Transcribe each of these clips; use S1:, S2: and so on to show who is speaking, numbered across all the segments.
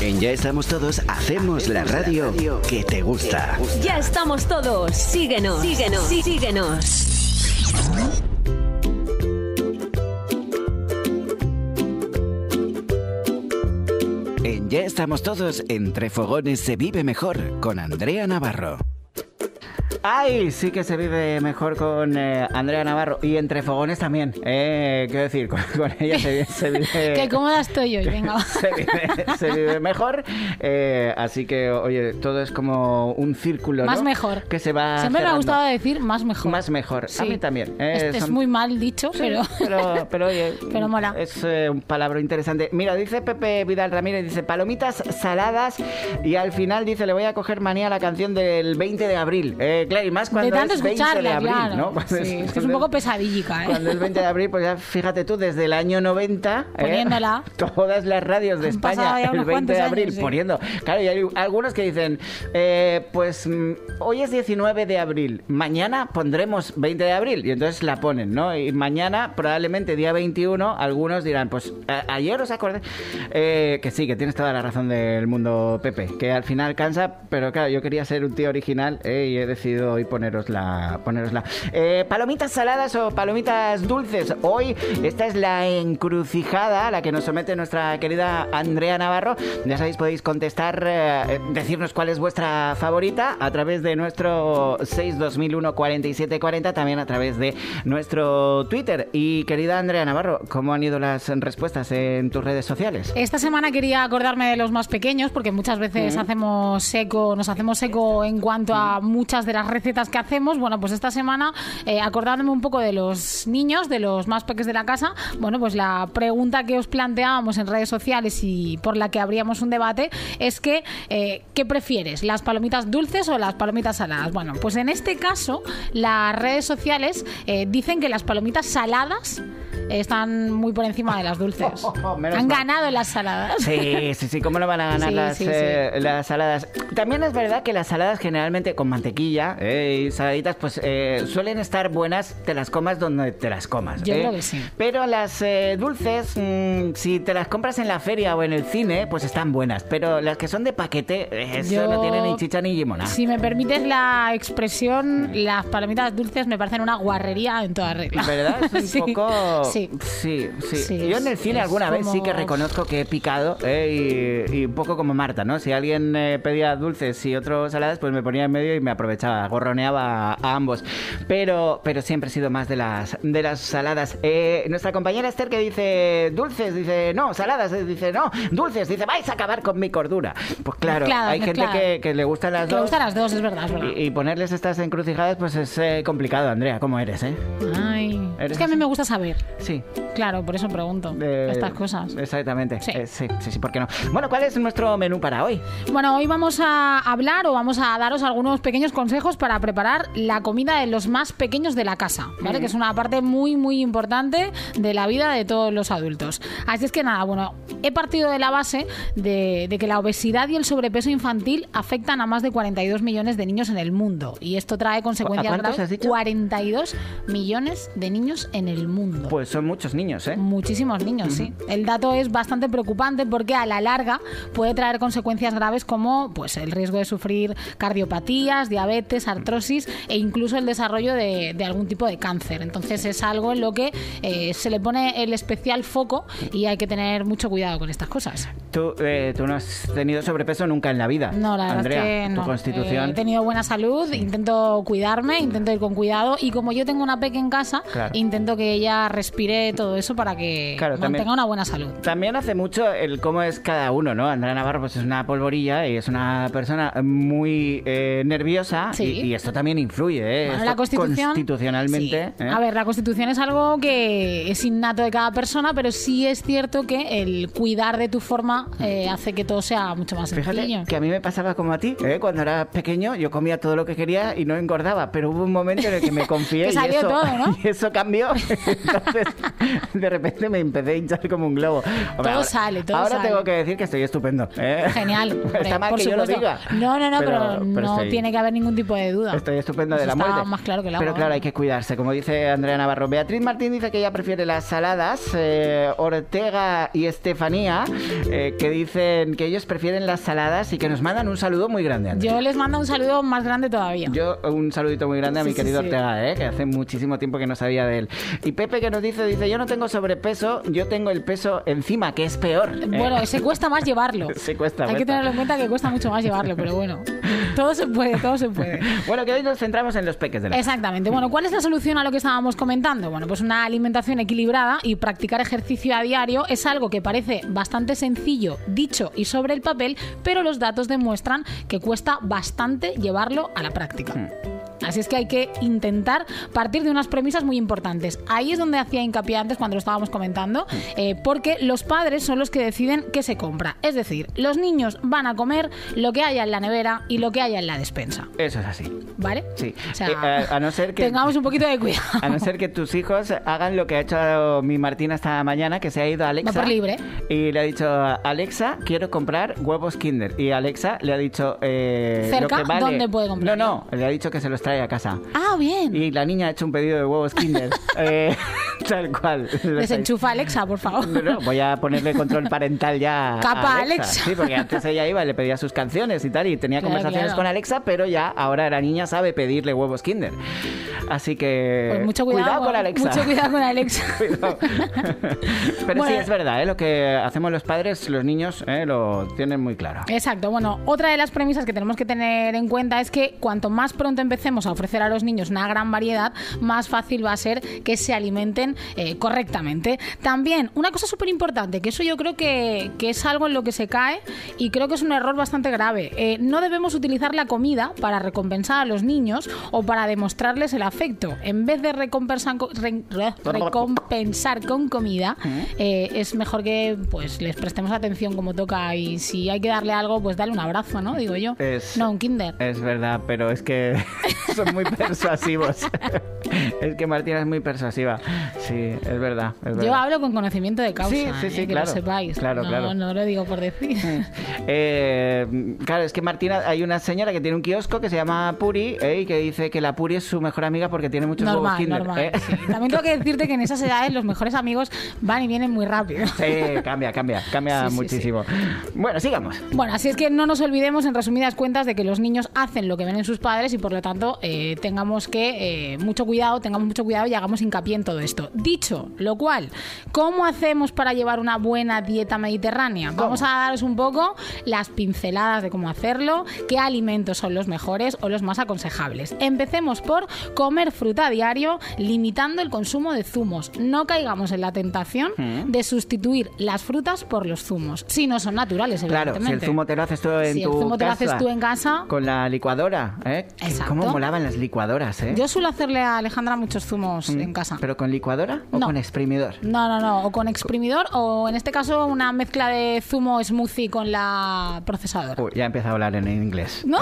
S1: En Ya estamos todos, hacemos la radio que te gusta.
S2: Ya estamos todos. Síguenos. Síguenos. sí, Síguenos.
S1: En Ya estamos todos, entre fogones se vive mejor con Andrea Navarro. Ay, sí que se vive mejor con eh, Andrea Navarro y entre fogones también. Eh, quiero decir, con, con ella se, vi- se vive.
S3: Qué cómoda estoy hoy, venga. va.
S1: se vive, se vive mejor. Eh, así que, oye, todo es como un círculo.
S3: Más
S1: ¿no?
S3: mejor.
S1: Que se va.
S3: Siempre me ha
S1: cerrando.
S3: gustado decir más mejor.
S1: Más mejor.
S3: Sí.
S1: A mí también. eh,
S3: Este es
S1: son-
S3: muy mal dicho,
S1: Sí,
S3: pero...
S1: pero, pero, oye,
S3: Pero mola.
S1: Es eh, un palabra interesante. Mira, dice Pepe Vidal Ramírez, dice palomitas saladas y al final dice le voy a coger manía a la canción del 20 de abril. Eh, claro, y más cuando
S3: de tanto
S1: es 20 de
S3: escucharla,
S1: abril,
S3: claro.
S1: ¿no? Cuando
S3: Sí, es que es
S1: cuando
S3: un poco
S1: es-
S3: pesadillica, ¿eh?
S1: Cuando el 20 de abril, pues ya fíjate tú, desde el año 90, eh,
S3: Poniéndola.
S1: todas las radios de
S3: Han pasado
S1: España
S3: ya
S1: el
S3: unos
S1: 20 de
S3: cuantos
S1: abril
S3: años, sí.
S1: poniendo. Claro, y hay algunos que dicen, eh, pues mm, hoy es 19 de abril, mañana pondremos 20 de abril, y entonces la ponen, ¿no? Y mañana, probablemente día 21, algunos dirán, pues a- ayer os acordé. Eh, que sí, que tienes toda la razón del mundo, Pepe, que al final cansa, pero claro, yo quería ser un tío original eh, y he decidido hoy ponerosla. ponerosla. Eh, palomitas saladas o palomitas dulces. Hoy esta es la encrucijada a la que nos somete nuestra querida Andrea Navarro. Ya sabéis, podéis contestar, eh, eh, decirnos cuál es vuestra favorita a través de nuestro 62001 4740, también a través de nuestro Twitter. Y querida Andrea Navarro, ¿cómo han ido las respuestas en tus redes sociales?
S3: Esta semana quería acordarme de los más pequeños porque muchas veces hacemos eco, nos hacemos eco en cuanto a muchas de las recetas que hacemos. Bueno, pues esta semana eh, acordándome un poco de los niños, de los más pequeños de la casa. Bueno, pues la pregunta que os planteábamos en redes sociales y por la que abríamos un debate es que eh, ¿qué prefieres, las palomitas dulces o las palomitas saladas? Bueno, pues en este caso las redes sociales eh, dicen que las palomitas saladas están muy por encima de las dulces.
S1: Menos
S3: Han
S1: mal.
S3: ganado las saladas.
S1: Sí, sí, sí, ¿cómo no van a ganar
S3: Sí,
S1: las,
S3: sí, sí.
S1: eh, las saladas? También es verdad que las saladas generalmente con mantequilla eh, y saladitas, pues eh, suelen estar buenas, te las comas donde te las comas.
S3: Yo
S1: eh.
S3: creo que sí.
S1: Pero las eh, dulces, mm, si te las compras en la feria o en el cine, pues están buenas. Pero las que son de paquete, eh, eso
S3: Yo-
S1: no tiene ni chicha ni ¿ah? limonada.
S3: Si me permites la expresión, las palomitas dulces me parecen una guarrería en toda regla.
S1: ¿Verdad? Es un
S3: Sí.
S1: poco.
S3: Sí.
S1: sí. sí.
S3: Sí,
S1: Yo en el
S3: es-
S1: cine
S3: es
S1: alguna vez sí que
S3: como-
S1: reconozco que he picado eh, y, y un poco como Marta, ¿no? Si alguien eh, pedía dulces y otro saladas, pues me ponía en medio y me aprovechaba, gorroneaba a ambos. Pero, pero siempre he sido más de las, de las saladas. Eh, nuestra compañera Esther que dice dulces, dice no, saladas, eh, dice no, dulces, dice vais a acabar con mi cordura. Pues claro,
S3: Mezcladas,
S1: hay gente
S3: mezcladas.
S1: que, que le gustan las
S3: Que
S1: dos.
S3: le gustan las dos, es verdad, es verdad.
S1: y, y ponerles estas encrucijadas, pues es eh, complicado, Andrea, ¿cómo eres, eh?
S3: Ay.
S1: ¿Eres
S3: Es que a mí
S1: así?
S3: me gusta saber.
S1: Sí.
S3: Claro, por eso pregunto
S1: Eh,
S3: estas cosas.
S1: Exactamente.
S3: Sí.
S1: Eh, sí, sí, sí, ¿por qué no? Bueno, ¿cuál es nuestro menú para hoy?
S3: Bueno, hoy vamos a hablar o vamos a daros algunos pequeños consejos para preparar la comida de los más pequeños de la casa, ¿vale? Que es una parte muy, muy importante de la vida de todos los adultos. Así es que nada, bueno, he partido de la base de, de que la obesidad y el sobrepeso infantil afectan a más de 42 millones de niños en el mundo. Y esto trae consecuencias
S1: cuántos
S3: graves.
S1: has dicho?
S3: 42 millones de niños en el mundo.
S1: Pues son muchos niños,
S3: Mm.
S1: ¿eh?
S3: Muchísimos niños, sí. El dato es bastante preocupante porque a la larga puede traer consecuencias graves como pues, el riesgo de sufrir cardiopatías, diabetes, artrosis e incluso el desarrollo de, de algún tipo de cáncer. Entonces es algo en lo que eh, se le pone el especial foco y hay que tener mucho cuidado con estas cosas.
S1: Tú, eh, tú no has tenido sobrepeso nunca en la vida.
S3: No, la verdad
S1: Andrea,
S3: es que no.
S1: tu constitución.
S3: Eh, he tenido buena salud, intento cuidarme, intento ir con cuidado y como yo tengo una peque en casa,
S1: Claro.
S3: intento que ella respire todo eso para que
S1: Claro,
S3: mantenga
S1: también-
S3: una buena salud.
S1: También hace mucho el cómo es cada uno, ¿no? Andrea Navarro pues es una polvorilla y es una persona muy eh, nerviosa
S3: Sí.
S1: y, y esto también influye, ¿eh?
S3: Bueno,
S1: Esto
S3: la Constitución.
S1: Constitucionalmente.
S3: Sí.
S1: ¿eh?
S3: A ver, la Constitución es algo que es innato de cada persona, pero sí es cierto que el cuidar de tu forma eh, hace que todo sea mucho más
S1: Mm. Fíjate
S3: sencillo.
S1: que a mí me pasaba como a ti, ¿eh? cuando era pequeño yo comía todo lo que quería y no engordaba, pero hubo un momento en el que me confié
S3: Que
S1: y,
S3: salió
S1: eso,
S3: todo, ¿no?
S1: y eso cambió. Entonces, de repente me empecé a hinchar como un globo. Hombre,
S3: Todo sale, todo
S1: Ahora
S3: sale.
S1: tengo que decir que estoy estupendo. ¿eh?
S3: Genial. hombre,
S1: Está mal
S3: por
S1: que yo lo
S3: supuesto.
S1: diga.
S3: No, no, no, pero, no
S1: estoy-
S3: tiene que haber ningún tipo de duda.
S1: Estoy estupendo de
S3: Eso
S1: la
S3: está
S1: muerte.
S3: más claro que el
S1: Pero
S3: agua,
S1: claro,
S3: vamos.
S1: hay que cuidarse, como dice Andrea Navarro. Beatriz Martín dice que ella prefiere las saladas. eh, Ortega y Estefanía, eh, que dicen que ellos prefieren las saladas y que nos mandan un saludo muy grande. Andrea.
S3: Yo les mando un saludo más grande todavía.
S1: Yo un saludito muy grande a mi
S3: Sí, sí,
S1: querido
S3: sí.
S1: Ortega, ¿eh? que hace muchísimo tiempo que no sabía de él. Y Pepe que nos dice, dice, yo no tengo sobrepeso, yo tengo el peso encima, que es peor. Eh,
S3: Bueno, se cuesta más llevarlo.
S1: Sí, cuesta,
S3: Hay
S1: cuesta.
S3: que tenerlo en cuenta que cuesta mucho más llevarlo, pero bueno. Todo se puede, todo se puede.
S1: bueno, que hoy nos centramos en los peques de la...
S3: Exactamente. Bueno, ¿cuál es la solución a lo que estábamos comentando? Bueno, pues una alimentación equilibrada y practicar ejercicio a diario es algo que parece bastante sencillo, dicho y sobre el papel, pero los datos demuestran que cuesta bastante llevarlo a la práctica.
S1: Hmm.
S3: Así es que hay que intentar partir de unas premisas muy importantes. Ahí es donde hacía hincapié antes cuando lo estábamos comentando,
S1: Hmm.
S3: eh, porque los padres son los que deciden qué se compra. Es decir, los niños van a comer lo que haya en la nevera y lo que haya en la despensa.
S1: Eso es así.
S3: ¿Vale?
S1: Sí.
S3: O sea,
S1: Eh, a- a no ser que-
S3: Tengamos un poquito de cuidado.
S1: A no ser que tus hijos hagan lo que ha hecho mi Martina esta mañana, que se ha ido a Alexa.
S3: Va por libre.
S1: Y le ha dicho, Alexa, quiero comprar huevos Kinder. Y Alexa le ha dicho, eh, lo
S3: Cerca,
S1: que vale.
S3: ¿dónde puede
S1: No,
S3: comprar?
S1: no, le ha dicho que se los trae a casa.
S3: Ah, bien.
S1: Y la niña ha hecho un pedido de huevos Kinder. Eh, tal cual.
S3: Desenchufa Alexa, por favor.
S1: No, no, voy a ponerle control parental ya. a
S3: Capa, Alexa.
S1: Sí, porque antes ella iba y le pedía sus canciones y tal, y tenía
S3: Claro,
S1: conversaciones
S3: claro.
S1: con Alexa, pero ya ahora la niña sabe pedirle huevos Kinder. Así que.
S3: Pues mucho cuidado,
S1: eh, con Alexa.
S3: Mucho cuidado con Alexa.
S1: Cuidado. Pero sí,
S3: Bueno.
S1: es verdad, ¿eh? lo que hacemos los padres, los niños ¿eh? lo tienen muy claro.
S3: Exacto. Bueno, otra de las premisas que tenemos que tener en cuenta es que cuanto más pronto empecemos a ofrecer a los niños una gran variedad, más fácil va a ser que se alimenten eh, correctamente. También, una cosa súper importante, que eso yo creo que, que es algo en lo que se cae y creo que es un error bastante grave. Eh, no debemos utilizar la comida para recompensar a los niños o para demostrarles el afecto. En vez de recompensar, co- re- re- recompensar con comida, eh, es mejor que pues les prestemos atención como toca y si hay que darle algo, pues dale un abrazo, ¿no? Digo yo.
S1: Es-
S3: No, un kinder.
S1: Es verdad, pero es que son muy persuasivos. es que Martina es muy persuasiva. Sí, es verdad. es
S3: Yo
S1: verdad.
S3: hablo con conocimiento de causa,
S1: Sí, sí, sí,
S3: eh, que
S1: claro.
S3: lo sepáis.
S1: Claro,
S3: no,
S1: claro.
S3: no lo digo por decir.
S1: Eh, claro, es que Martina, hay una señora que tiene un kiosco que se llama Puri eh, y que dice que la Puri es su mejor amiga porque tiene muchos huevos
S3: normal,
S1: Kinder.
S3: normal.
S1: ¿eh?
S3: sí. También tengo que decirte que en esas edades los mejores amigos van y vienen muy rápido.
S1: Sí, Eh, cambia, cambia, cambia
S3: Sí, sí,
S1: muchísimo. Bueno, sigamos.
S3: Bueno, así es que no nos olvidemos, en resumidas cuentas, de que los niños hacen lo que ven en sus padres y por lo tanto eh, tengamos que eh, mucho cuidado, tengamos mucho cuidado y hagamos hincapié en todo esto. Dicho lo cual, ¿cómo hacemos para llevar una buena dieta mediterránea? Vamos a daros un poco las pinceladas de cómo hacerlo, qué alimentos son los mejores o los más aconsejables. Empecemos por comer fruta a diario, limitando el consumo de zumos. No caigamos en la tentación de sustituir las frutas por los zumos, si no son naturales,
S1: Claro, si el
S3: evidentemente.
S1: zumo te lo haces tú en
S3: Si el
S1: tu
S3: zumo te lo
S1: casa,
S3: haces tú en casa.
S1: Con la licuadora, ¿eh? Que
S3: Exacto.
S1: ¿Cómo molaban las licuadoras, eh? Mm,
S3: Yo suelo hacerle a Alejandra muchos zumos en casa.
S1: ¿Pero con licuadora o
S3: No.
S1: con exprimidor?
S3: No, no, no. O con exprimidor o en este caso una mezcla de zumo smoothie con la procesadora.
S1: Uy, Eh. ya empieza a hablar en inglés.
S3: No,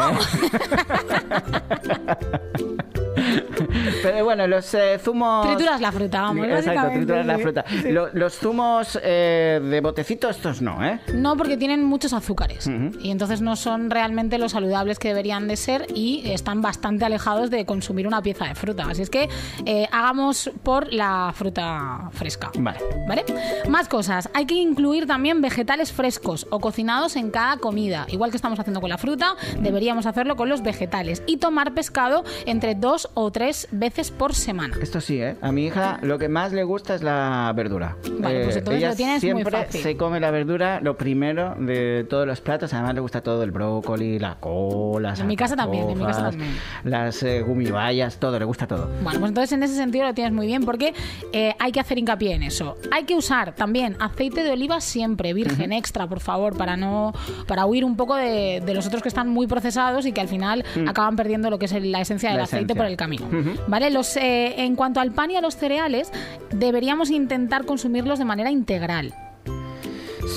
S1: Pero bueno, los eh, zumos...
S3: trituras la fruta, vamos.
S1: Exacto,
S3: básicamente,
S1: trituras la
S3: sí.
S1: fruta. Lo- los zumos eh, de botecito, estos no, ¿eh?
S3: No, porque tienen muchos azúcares y entonces no son realmente los saludables que deberían de ser y están bastante alejados de consumir una pieza de fruta. Así es que eh, hagamos por la fruta fresca.
S1: Vale.
S3: ¿Vale? Más cosas. Hay que incluir también vegetales frescos o cocinados en cada comida. Igual que estamos haciendo con la fruta, deberíamos hacerlo con los vegetales. Y tomar pescado entre dos o tres veces por semana.
S1: Esto sí, ¿eh? A mi hija lo que más le gusta es la verdura.
S3: Vale, pues
S1: Eh,
S3: entonces
S1: ella
S3: lo tienes muy
S1: siempre
S3: fácil.
S1: se come la verdura lo primero de todos los platos. Además le gusta todo el brócoli, la col, las
S3: En mi casa también, en mi casa
S1: alcachofas,
S3: también.
S1: Las eh, gumibayas, todo, le gusta todo.
S3: Bueno, pues entonces en ese sentido lo tienes muy bien porque eh, hay que hacer hincapié en eso. Hay que usar también aceite de oliva siempre, virgen extra, por favor, para no para huir un poco de, de los otros que están muy procesados y que al final acaban perdiendo lo que es el- la esencia
S1: Mm.
S3: del
S1: La
S3: aceite
S1: esencia.
S3: por el camino.
S1: Ujú.
S3: ¿Vale? Los, eh, en cuanto al pan y a los cereales, deberíamos intentar consumirlos de manera integral.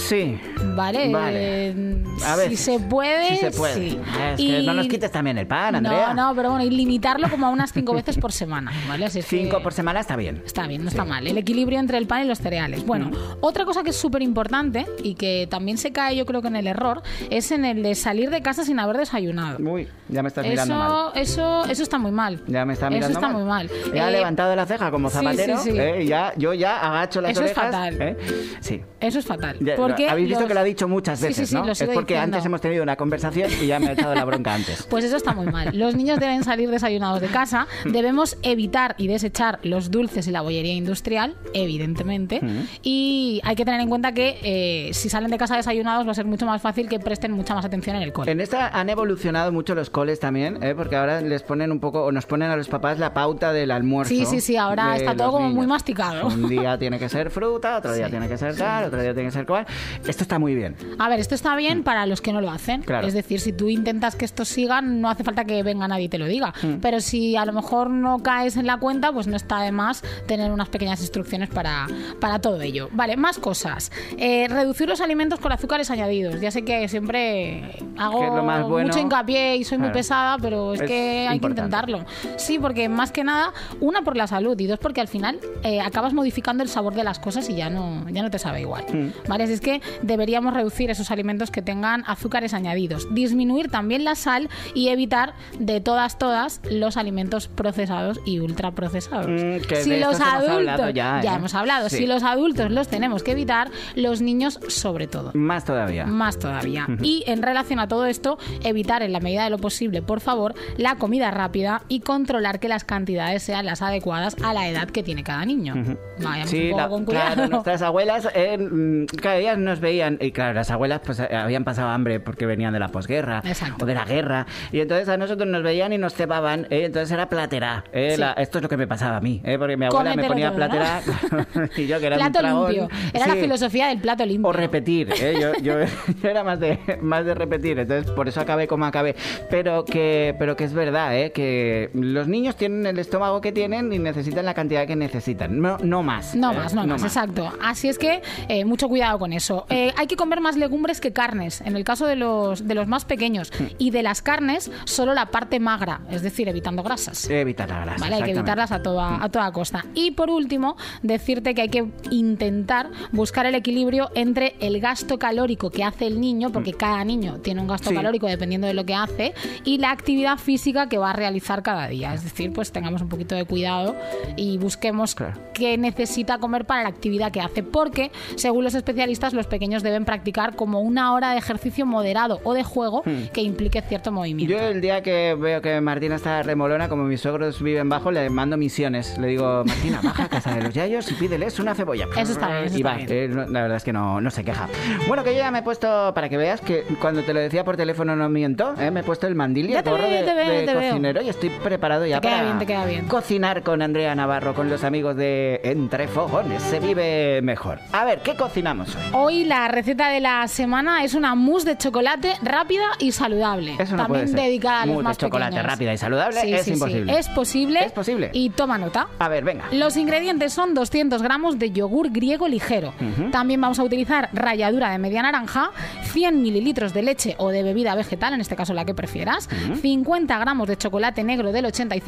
S1: Sí.
S3: Vale,
S1: Vale.
S3: eh,
S1: A ver,
S3: si se puede,
S1: si se puede. Ah,
S3: sí.
S1: Es que no nos quites también el pan, Andrea.
S3: No, no, pero bueno, y limitarlo como a unas cinco veces por semana, ¿vale? Así es que-
S1: Cinco por semana está bien.
S3: Está bien, no está mal. ¿eh? El equilibrio entre el pan y los cereales. Bueno,
S1: Mm.
S3: otra cosa que es súper importante y que también se cae, yo creo que en el error, es en el de salir de casa sin haber desayunado.
S1: Uy, ya me Mm, estás mirando mal.
S3: Eso, eso, eso está muy mal.
S1: Ya me está mirando
S3: Eso está
S1: mal.
S3: muy mal.
S1: Ya ha
S3: Eh,
S1: levantado la ceja como
S3: sí,
S1: zapatero.
S3: sí, sí.
S1: ¿eh? Ya, yo ya agacho las
S3: Eso es
S1: orejas.
S3: fatal.
S1: ¿eh? Sí.
S3: Eso es fatal.
S1: Ya,
S3: porque
S1: Habéis visto
S3: los-
S1: que lo ha dicho muchas
S3: Sí, sí,
S1: veces,
S3: sí,
S1: ¿no?
S3: lo
S1: Es
S3: sigo
S1: porque
S3: diciendo.
S1: antes hemos tenido una conversación y ya me ha echado la bronca antes.
S3: Pues eso está muy mal. Los niños deben salir desayunados de casa. Debemos evitar y desechar los dulces y la bollería industrial, evidentemente. Y hay que tener en cuenta que eh, si salen de casa desayunados va a ser mucho más fácil que presten mucha más atención en el cole.
S1: En esta han evolucionado mucho los coles también, ¿eh? porque ahora les ponen un poco, o nos ponen a los papás la pauta del almuerzo.
S3: Sí, sí, sí, ahora
S1: de
S3: está todo
S1: los
S3: como muy
S1: niños.
S3: masticado.
S1: Un día tiene que ser fruta, otro día tiene que ser tal, otro día tiene que ser cual. Esto está muy bien.
S3: A ver, esto está bien para los que no lo hacen.
S1: Claro.
S3: Es decir, si tú intentas que esto siga, no hace falta que venga nadie y te lo diga.
S1: Mm.
S3: Pero si a lo mejor no caes en la cuenta, pues no está de más tener unas pequeñas instrucciones para, para todo ello. Vale, más cosas. Eh, reducir los alimentos con azúcares añadidos. Ya sé que siempre hago
S1: Que es lo más bueno.
S3: mucho hincapié y soy muy
S1: Claro.
S3: pesada, pero es,
S1: Es
S3: que hay que
S1: importante.
S3: intentarlo. Sí, porque más que nada, una por la salud y dos porque al final eh, acabas modificando el sabor de las cosas y ya no, ya no te sabe igual.
S1: Mm.
S3: ¿Vale? Así es que deberíamos reducir esos alimentos que tengan azúcares añadidos, disminuir también la sal y evitar de todas, todas los alimentos procesados y ultraprocesados.
S1: Mm, que de estos hemos hablado ya, ¿eh?
S3: hemos hablado,
S1: Sí.
S3: si los adultos los tenemos que evitar, los niños sobre todo.
S1: Más todavía.
S3: Más todavía. Y en relación a todo esto, evitar en la medida de lo posible, por favor, la comida rápida y controlar que las cantidades sean las adecuadas a la edad que tiene cada niño. Vayamos un
S1: Sí,
S3: poco
S1: la-
S3: con cuidado.
S1: claro, nuestras abuelas, eh, mm, claro, ellas nos veían, y claro, las abuelas pues eh, habían pasado hambre porque venían de la posguerra
S3: Exacto.
S1: o de la guerra, y entonces a nosotros nos veían y nos cebaban, eh, entonces era platera, eh,
S3: Sí.
S1: la- esto es lo que me pasaba a mí, eh, porque mi abuela me
S3: Cómetelo
S1: ponía
S3: todo,
S1: platera y yo que era un
S3: plato
S1: tragón.
S3: limpio. Era la
S1: Sí.
S3: filosofía del plato limpio.
S1: O repetir, ¿eh? yo, yo- yo era más de, más de repetir, entonces por eso acabé como acabé. Pero que, pero que es verdad, ¿eh? que los niños tienen el estómago que tienen y necesitan la cantidad que necesitan, no, no más.
S3: No
S1: ¿eh?
S3: más, no, más, exacto. Así es que eh, mucho cuidado con eso. Eh, hay que comer más legumbres que carnes, en el caso de los, de los más pequeños. Y de las carnes, solo la parte magra, es decir, evitando grasas.
S1: Evitar la grasa.
S3: ¿vale? Hay que
S1: exactamente.
S3: evitarlas a toda, a toda costa. Y por último, decirte que hay que intentar buscar el equilibrio entre el gasto calórico que hace el niño, porque cada niño tiene un gasto
S1: Mm. Sí.
S3: calórico dependiendo de lo que hace, y la actividad física que va a realizar cada día. Es decir, pues tengamos un poquito de cuidado y busquemos
S1: Claro.
S3: qué necesita comer para la actividad que hace, porque según los especialistas, los pequeños deben practicar como una hora de ejercicio moderado o de juego
S1: Mm.
S3: que implique cierto movimiento.
S1: Yo el día que veo que Martina está remolona, como mis suegros viven bajo, le mando misiones. Le digo, Martina, baja a casa de los yayos y pídeles una cebolla.
S3: Eso está bien, eso
S1: y
S3: está
S1: va,
S3: bien.
S1: eh, no- la verdad es que no, no se queja. Bueno, que yo ya me he puesto, para que veas que cuando te lo decía por teléfono no miento, eh, me he puesto el mandil y
S3: Ya
S1: el
S3: te
S1: gorro
S3: veo,
S1: de,
S3: ya te veo,
S1: de
S3: ya te veo.
S1: cocinero y estoy preparado ya
S3: Te queda
S1: para
S3: bien, te queda bien.
S1: cocinar con Andrea Navarro, con los amigos de Entre Fogones. Se vive mejor. A ver, ¿qué cocinamos hoy?
S3: Hoy la receta de la semana es una mousse de chocolate rápida y saludable.
S1: Eso no
S3: También
S1: puede ser.
S3: dedicada a los
S1: Mousse de
S3: más
S1: chocolate
S3: pequeños.
S1: rápida y saludable
S3: Sí,
S1: es
S3: sí, sí.
S1: imposible.
S3: Es posible.
S1: Es posible.
S3: Y toma nota.
S1: A ver, venga.
S3: Los ingredientes son 200 gramos de yogur griego ligero. También vamos a utilizar ralladura de media naranja, 100 mililitros de leche o de bebida vegetal, en este caso la que prefieras, 50 gramos de chocolate negro del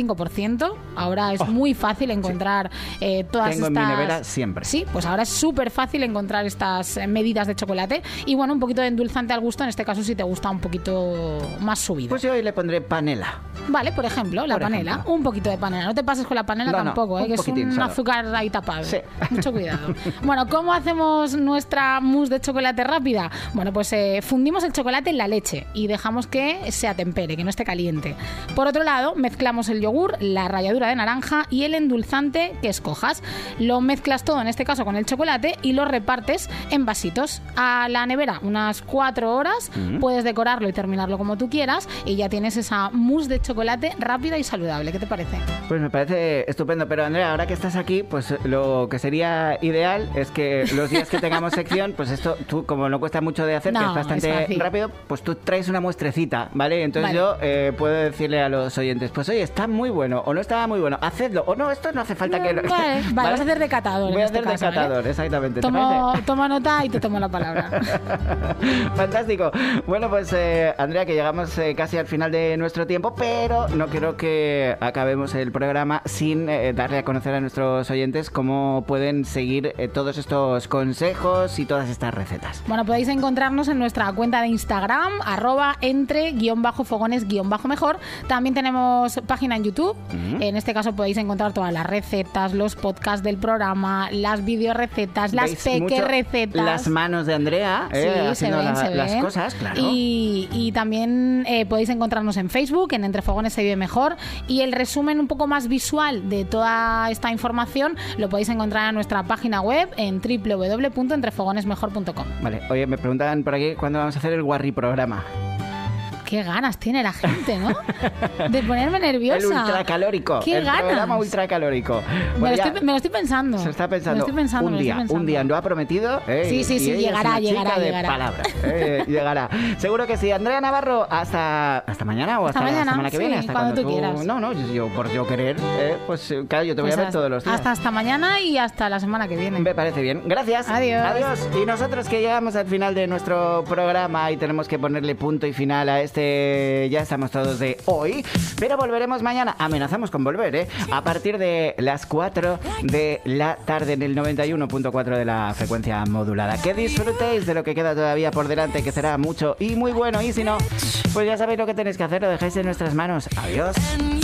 S3: 85%. Ahora es muy fácil encontrar eh, todas
S1: Oh, Tengo en mi
S3: estas...
S1: nevera siempre.
S3: Sí, pues ahora es súper fácil encontrar estas eh, medidas de chocolate y bueno, un poquito de endulzante al gusto, en este caso si te gusta un poquito más subido.
S1: Pues yo hoy le pondré panela.
S3: Vale, por ejemplo, la
S1: Por
S3: panela.
S1: ejemplo.
S3: Un poquito de panela. No te pases con la panela
S1: No, no,
S3: tampoco, ¿eh?
S1: un
S3: que es
S1: poquitín
S3: un
S1: solo.
S3: azúcar ahí tapado.
S1: Sí.
S3: Mucho cuidado. bueno, ¿cómo hacemos nuestra mousse de chocolate rápida? Bueno, pues eh, fundimos el chocolate en la leche y dejamos que se atempere, que no esté caliente. Por otro lado, mezclamos el yogur, la ralladura de naranja y el endulzante que escojas. Lo mezclas todo, en este caso con el chocolate, y lo repartes en vasitos a la nevera unas cuatro horas.
S1: Mm.
S3: Puedes decorarlo y terminarlo como tú quieras y ya tienes esa mousse de chocolate rápida y saludable. ¿Qué te parece?
S1: Pues me parece estupendo, pero Andrea, ahora que estás aquí, pues lo que sería ideal es que los días que tengamos sección, pues esto, tú, como no cuesta mucho de hacer, que
S3: No,
S1: es bastante
S3: es fácil.
S1: rápido, pues tú traes una muestrecita, ¿vale? Entonces
S3: Vale.
S1: yo eh, puedo decirle a los oyentes, pues oye, está muy bueno, o no estaba muy bueno, hacedlo, o no, esto no hace falta que lo...
S3: Vale, vale, vas a hacer de catador en
S1: Voy a
S3: este
S1: hacer
S3: caso,
S1: de catador,
S3: ¿vale?
S1: exactamente. ¿Te
S3: Tomo tomo, tomo nota y te tomo la palabra.
S1: Fantástico. Bueno, pues eh, Andrea, que llegamos eh, casi al final de nuestro tiempo, pero no quiero que acabemos el programa sin eh, darle a conocer a nuestros oyentes cómo pueden seguir eh, todos estos consejos y todas estas recetas.
S3: Bueno, podéis encontrarnos en nuestra cuenta de Instagram, arroba entre guión bajo fogones guión bajo mejor. También tenemos página en YouTube. En este caso podéis encontrar todas las recetas, los podcasts del programa, las videorecetas, las
S1: Veis mucho
S3: peque recetas.
S1: Las manos de Andrea
S3: Sí,
S1: eh,
S3: se
S1: haciendo
S3: ven,
S1: la-
S3: se ven.
S1: las cosas, claro.
S3: Y, y también eh, podéis encontrarnos en Facebook, en Entre Fogones se vive mejor. Y el resumen un poco más visual de toda esta información lo podéis encontrar en nuestra página web en www.entrefogonesmejor.com.
S1: Vale, oye, me preguntan por aquí cuándo vamos a hacer el guarri programa.
S3: Qué ganas tiene la gente, ¿no? De ponerme nerviosa.
S1: El ultracalórico.
S3: Qué
S1: el
S3: ganas.
S1: programa ultracalórico.
S3: me,
S1: Bueno, ya
S3: lo estoy, me lo estoy pensando.
S1: se está
S3: Me
S1: pensando,
S3: lo estoy pensando,
S1: un
S3: me lo
S1: día,
S3: estoy pensando.
S1: un día, lo ha prometido. eh,
S3: Sí, sí,
S1: y ella
S3: sí,
S1: es
S3: llegará,
S1: una chica
S3: llegará,
S1: de
S3: llegará.
S1: palabras, eh, llegará. Seguro que sí. Andrea Navarro, hasta, hasta mañana o hasta,
S3: Hasta
S1: la
S3: mañana,
S1: semana que
S3: sí,
S1: viene. Hasta
S3: cuando tú quieras.
S1: No, no, yo, yo por yo querer, eh, pues eh, claro, yo te voy
S3: Pues
S1: a ver
S3: hasta-
S1: todos los días.
S3: Hasta hasta mañana y hasta la semana que viene.
S1: Me parece bien. Gracias.
S3: Adiós.
S1: Adiós. Y nosotros que llegamos al final de nuestro programa y tenemos que ponerle punto y final a este ya estamos todos de hoy, pero volveremos mañana. Amenazamos con volver, ¿eh? A partir de las 4 de la tarde en el 91.4 de la frecuencia modulada. Que disfrutéis de lo que queda todavía por delante, que será mucho y muy bueno. Y si no, pues ya sabéis lo que tenéis que hacer, lo dejáis en nuestras manos. Adiós.
S4: And